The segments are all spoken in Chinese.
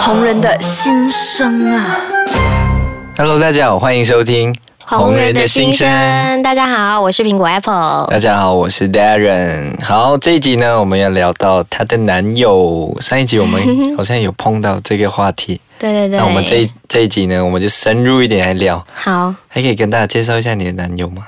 红人的心声啊。 Hello，大家好，欢迎收听《大家好，我是苹果 Apple。大家好，我是 Darren。好，这一集呢，我们要聊到她的男友。上一集我 们好像有碰到这个话题，对对对，那我们这一这一集呢，我们就深入一点来聊。好，还可以跟大家介绍一下你的男友吗？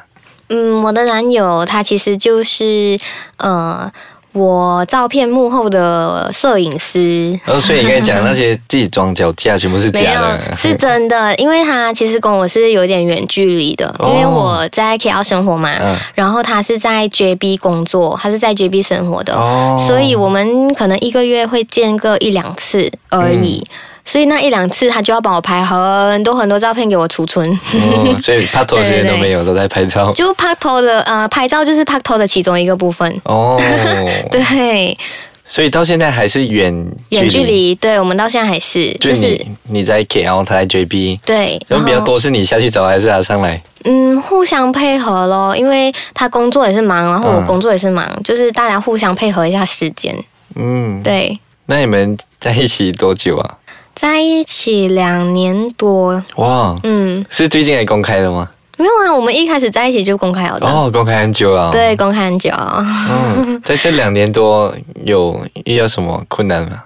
嗯，我的男友他其实就是呃，我照片幕后的摄影师。哦，所以你刚才讲那些自己装脚架全部是没有假的，，是真的，因为他其实跟我是有点远距离的，因为哦我在 KL 生活嘛，嗯然后他是在 JB 工作，他是在 JB 生活的，哦所以我们可能一个月会见个一两次而已。嗯所以那一两次，他就要帮我拍很多很多照片给我储存， 哦，所以怕拖时间都没有，都在拍照。就拍头的呃，拍照就是拍头的其中一个部分。哦， 对，所以到现在还是远远距，离，对我们到现在还是就就是你你在 KL，他在 JB，对，人比较然后多是你下去找还是他上来？嗯，互相配合咯，因为他工作也是忙，然后我嗯工作也是忙，就是大家互相配合一下时间。嗯，对，那你们在一起多久啊？在一起两年多，哇，嗯，是最近才公开的吗？没有啊，我们一开始在一起就公开了的，哦，公开很久啊。，对，公开很久。 嗯，在这两年多有遇到什么困难 吗？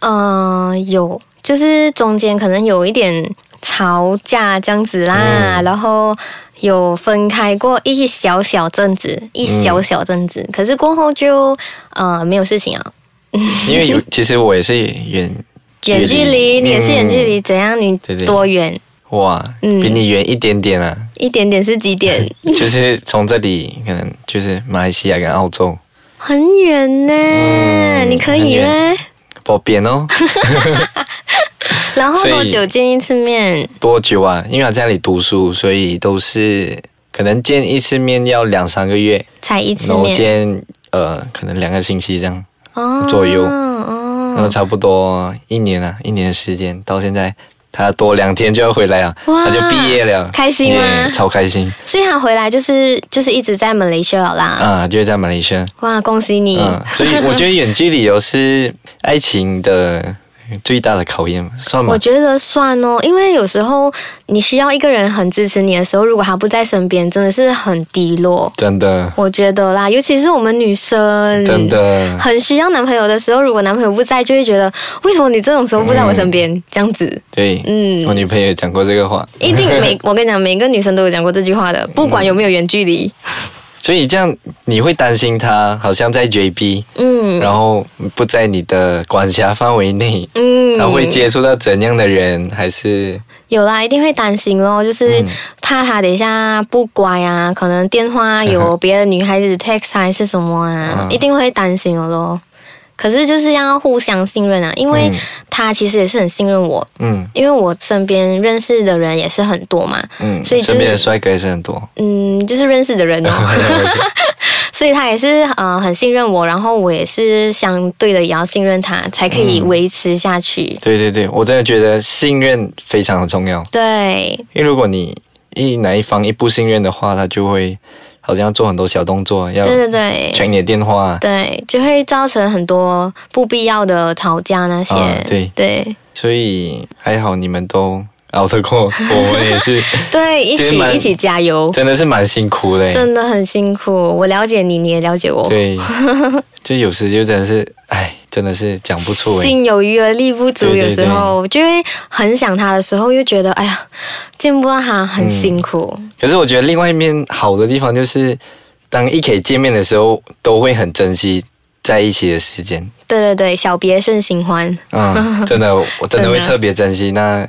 嗯、有，就是中间可能有一点吵架这样子啦，嗯然后有分开过一小小阵子，一小小阵子，嗯可是过后就呃没有事情啊。因为有，其实我也是远远距离，你也是远距离，怎样？你嗯对对多远？哇，嗯比你远一点点啊，一点点是几嗯点？就是从这里可能就是马来西亚跟澳洲很远呢、嗯你可以很吗？包边 哦。然后所以多久见一次面？多久啊？因为我在那里读书，所以都是可能见一次面要两三个月，才一次然后面见呃可能两个星期这样，哦左右然后哦，差不多一年啊，一年的时间到现在。他多两天就要回来啊，哇他就毕业了，开心吗 Yeah，超开心所以他回来就是就是一直在马来西亚啦。啊！就在马来西亚，哇，恭喜你！嗯，所以我觉得远距离游是爱情的最大的考验，算吗我？觉得算哦，因为有时候你需要一个人很支持你的时候，如果他不在身边，真的是很低落。真的，我觉得啦，尤其是我们女生，真的，嗯很需要男朋友的时候，如果男朋友不在，就会觉得为什么你这种时候不在我身边、这样子。对，嗯嗯我女朋友也讲过这个话，一定 每我跟你讲，每个女生都有讲过这句话的，不管有没有远距离。所以这样你会担心他好像在 JB，、嗯然后不在你的管辖范围内，他嗯，会接触到怎样的人？还是有啦，一定会担心咯，嗯就是怕他等一下不乖啊，可能电话有别的女孩子 text 还是什么啊，嗯一定会担心的咯。可是就是要互相信任啊，因为嗯他其实也是很信任我，嗯因为我身边认识的人也是很多嘛，嗯，所以就是身边的帅哥也是很多，嗯，就是认识的人 哦。 所以他也是呃很信任我，然后我也是相对的也要信任他，才可嗯以维持下去。对对对，我真的觉得信任非常的重要，对，因为如果你一哪一方一不信任的话，他就会好像要做很多小动作，要对对对 check 你的电话，啊 对，就会造成很多不必要的吵架那些。啊对对所以还好你们都熬得 过，我们也是，对一今天起蛮一起加油，真的是蛮辛苦的。欸真的很辛苦。我了解你，你也了解我。对，就有时就真的是，哎，真的是讲不出哎、心有余而力不足，对对有时候就会很想他的时候，又觉得哎呀，见不到他很辛苦。可是我觉得另外一面好的地方就是，当一可以见面的时候，都会很珍惜在一起的时间。对对对，小别胜新欢。 嗯，真的，我真的会真的特别珍惜那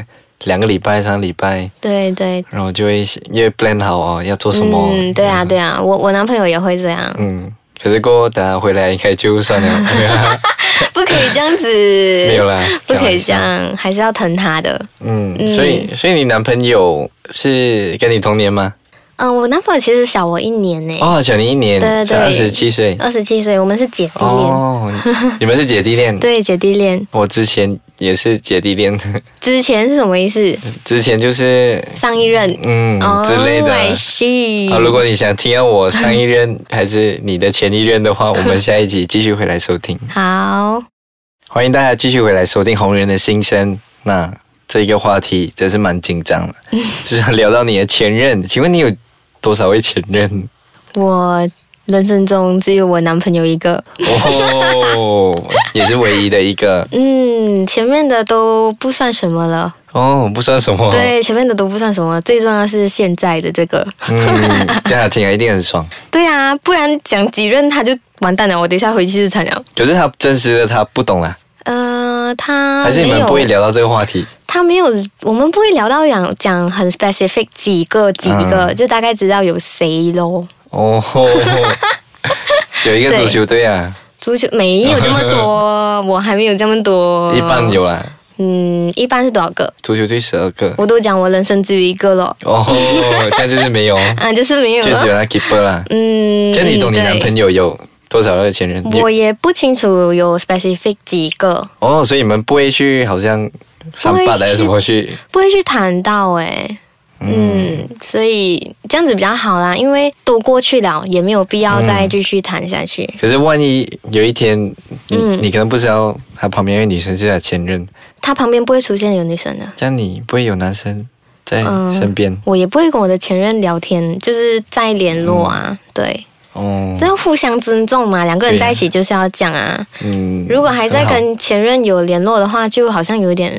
两个礼拜、三个礼拜，对对然后就会因为 plan 好哦，要做什么。嗯，对啊，对啊，我我男朋友也会这样，嗯。可是过后等他回来应该就算了， 不可以这样子，没有啦， 不可以这讲。样，还是要疼他的。嗯，嗯所以所以你男朋友是跟你同年吗？嗯，我男朋友其实小我一年欸呢、哦，小你一年，对对小二十七岁。二十七岁，我们是姐弟恋，哦，你们是姐弟恋？对姐弟恋。我之前也是姐弟恋， 之前是什么意思？之前就是上一任、嗯、哦之类的。 I see 啊，如果你想听到我上一任还是你的前一任的话，我们下一集继续回来收听。好。 欢迎大家继续回来收听《红人的心声》。那这一个话题真是蛮紧张 的，就是要聊到你的前任。请问你有多少位前任？我人生中只有我男朋友一个，哦，也是唯一的一个嗯，前面的都不算什么了。哦，不算什么。，对，前面的都不算什么，最重要是现在的这个。嗯，这样听了一定很爽。对啊，不然讲几任他就完蛋了，我等一下回去就惨了。可是他真实的他不懂啦，呃，他还是你没们有，不会聊到这个话题？他没有，我们不会聊到讲讲很 specific 几个几个，嗯就大概知道有谁咯。哦，吼有一个足球队啊，足球没有这么 多，我还没有这么多。一半。有啦，嗯，一般是多少个？足球队十二个。我都讲我人生只有一个咯。哦，这样就是没有，啊，就是 没有就觉了。得 keeper 啦。嗯，这样你懂你对男朋友有多少个前任？你我也不清楚有 specific 几个，哦，所以你们不会去好像三八的还是什么去？不会去谈到诶、嗯，所以这样子比较好啦，因为都过去了，也没有必要再继续谈下去。可是万一有一天，你、嗯你可能不知道他旁边有女生是他前任，他旁边不会出现有女生的，这样你不会有男生在嗯身边、我也不会跟我的前任聊天，就是再联络啊，嗯对，这哦。要互相尊重嘛，两个人在一起就是要这样啊。嗯如果还在很好跟前任有联络的话，就好像有点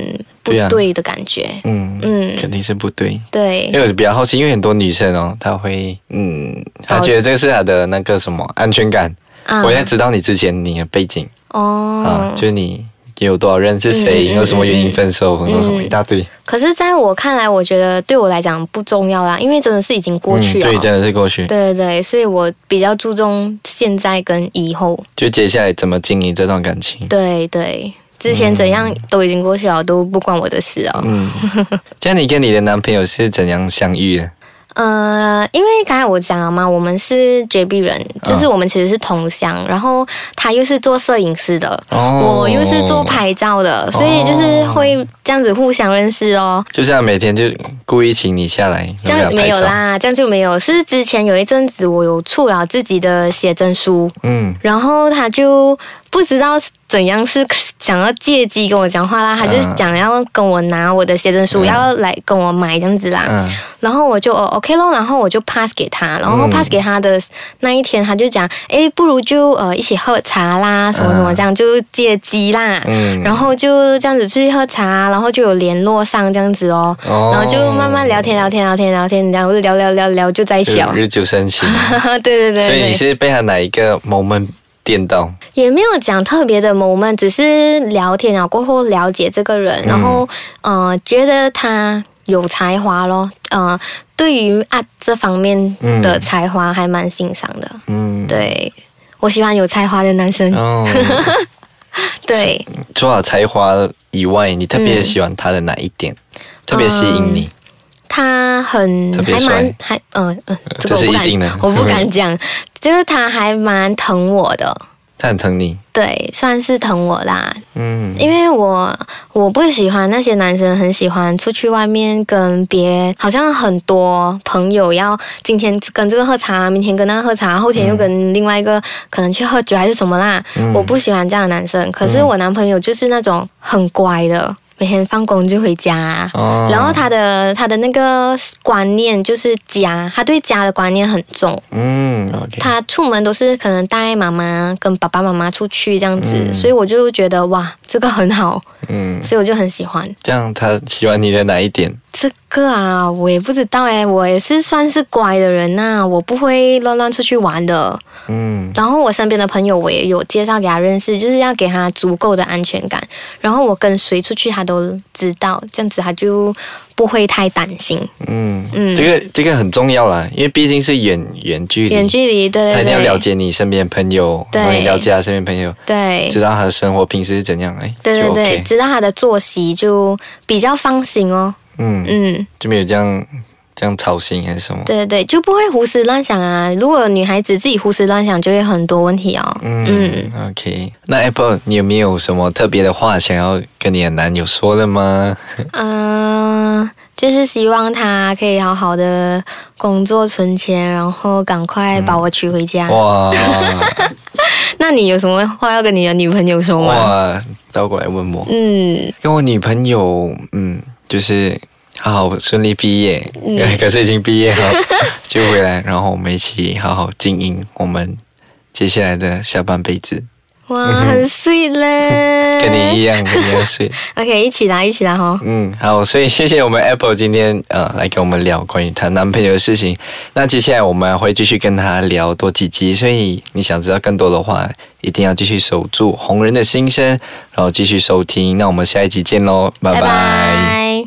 不对啊对的感觉，嗯嗯肯定是不对。啊因对，为我比较好奇，因为很多女生哦，她会嗯，她哦觉得这是她的那个什么安全感。啊我现在知道你之前你的背景、啊哦，，就是你有多少人是谁，嗯嗯嗯有什么原因分手，有什么一大堆。可是，在我看来，我觉得对我来讲不重要啦，因为真的是已经过嗯，去了。对，真的是过去。对对对所以我比较注重现在跟以后。就接下来怎么经营这段感情。对对，之前怎样都已经过去了，都不关我的事哦。嗯，这样你跟你的男朋友是怎样相遇的？呃，因为刚才我讲了嘛，我们是 JB 人，嗯就是我们其实是同乡，然后他又是做摄影师的。哦我又是做，拍照的，所以就是会这样子互相认识哦。就这样每天就故意请你下来，这然后样给他没拍有照。啦，这样就没有。是之前有一阵子我有触了自己的写真书，嗯，然后他就不知道怎样是想要借机跟我讲话啦，他就嗯想要跟我拿我的写真书，嗯要来跟我买这样子啦。嗯然后我就哦 OK 咯，然后我就 pass 给他，然后嗯 pass 给他的那一天，他就讲，诶，不如就呃一起喝茶啦，什么什么嗯这样，就借机啦。嗯然后就这样子去喝茶，然后就有联络上这样子哦，哦然后就慢慢聊天聊天聊天聊天，然后就聊聊聊聊就在一起就哦。日久生情。 对对对对，所以你是被他哪一个 moment 电到？也没有讲特别的 moment，只是聊天啊，过后了解这个嗯人，然后、呃，觉得他有才华咯，呃，对于啊这方面的才华还蛮欣赏的。嗯，对我喜欢有才华的男生， 哦，对，除了才华以外，你特别喜欢他的哪一点？嗯特别吸引你？他很特别还帅呃蛮还嗯嗯、这这个我是不一定的敢，我不敢讲，就是他还蛮疼我的。他很疼你。对，算是疼我啦，嗯，因为我我不喜欢那些男生，很喜欢出去外面跟别，好像很多朋友要今天跟这个喝茶，明天跟那个喝茶，后天又跟另外一个、可能去喝酒还是什么啦。嗯我不喜欢这样的男生，可是我男朋友就是那种很乖的，每天放工就回家、嗯啊哦然后他的他的那个观念就是家，他对家的观念很重，嗯，OK，他出门都是可能带妈妈跟爸爸妈妈出去这样子，所以我就觉得哇，这个很好，嗯，所以我就很喜欢这样他喜欢你的哪一点？这个啊。我也不知道哎、我也是算是乖的人呐、我不会乱乱出去玩的。嗯然后我身边的朋友我也有介绍给他认识，就是要给他足够的安全感。然后我跟谁出去他都知道，这样子他就不会太担心。嗯嗯这个这个很重要啦，因为毕竟是远远距离，远距离，对他对一定要对，了解你身边的朋友，对然后你了解他身边的朋友，对。知道他的生活平时是怎样，哎，对对就对， OK，知道他的作息就比较放心哦。嗯，嗯，就没有这样这样操心还是什么，对对对，就不会胡思乱想啊。如果女孩子自己胡思乱想，就会很多问题哦。嗯，OK。那 Apple，你有没有什么特别的话想要跟你的男友说的吗？嗯、就是希望他可以好好的嗯啊工作存钱，然后赶快把我娶回家。哇，那你有什么话要跟你的女朋友说 吗？哇，倒过来问我，嗯，跟我女朋友，嗯，就是好好顺利毕业， 可是已经毕业了， 就回来，然后我们一起好好经营我们接下来的下半辈子， 哇，很 sweet 嘞，跟你一样，跟你一样睡。 OK，一起啦，一起啦哈。嗯，好，所以谢谢我们 Apple 今天呃来跟我们聊关于她男朋友的事情。那接下来我们会继续跟她聊多几集，所以你想知道更多的话，一定要继续守住红人的心声，然后继续收听。那我们下一集见喽，拜拜拜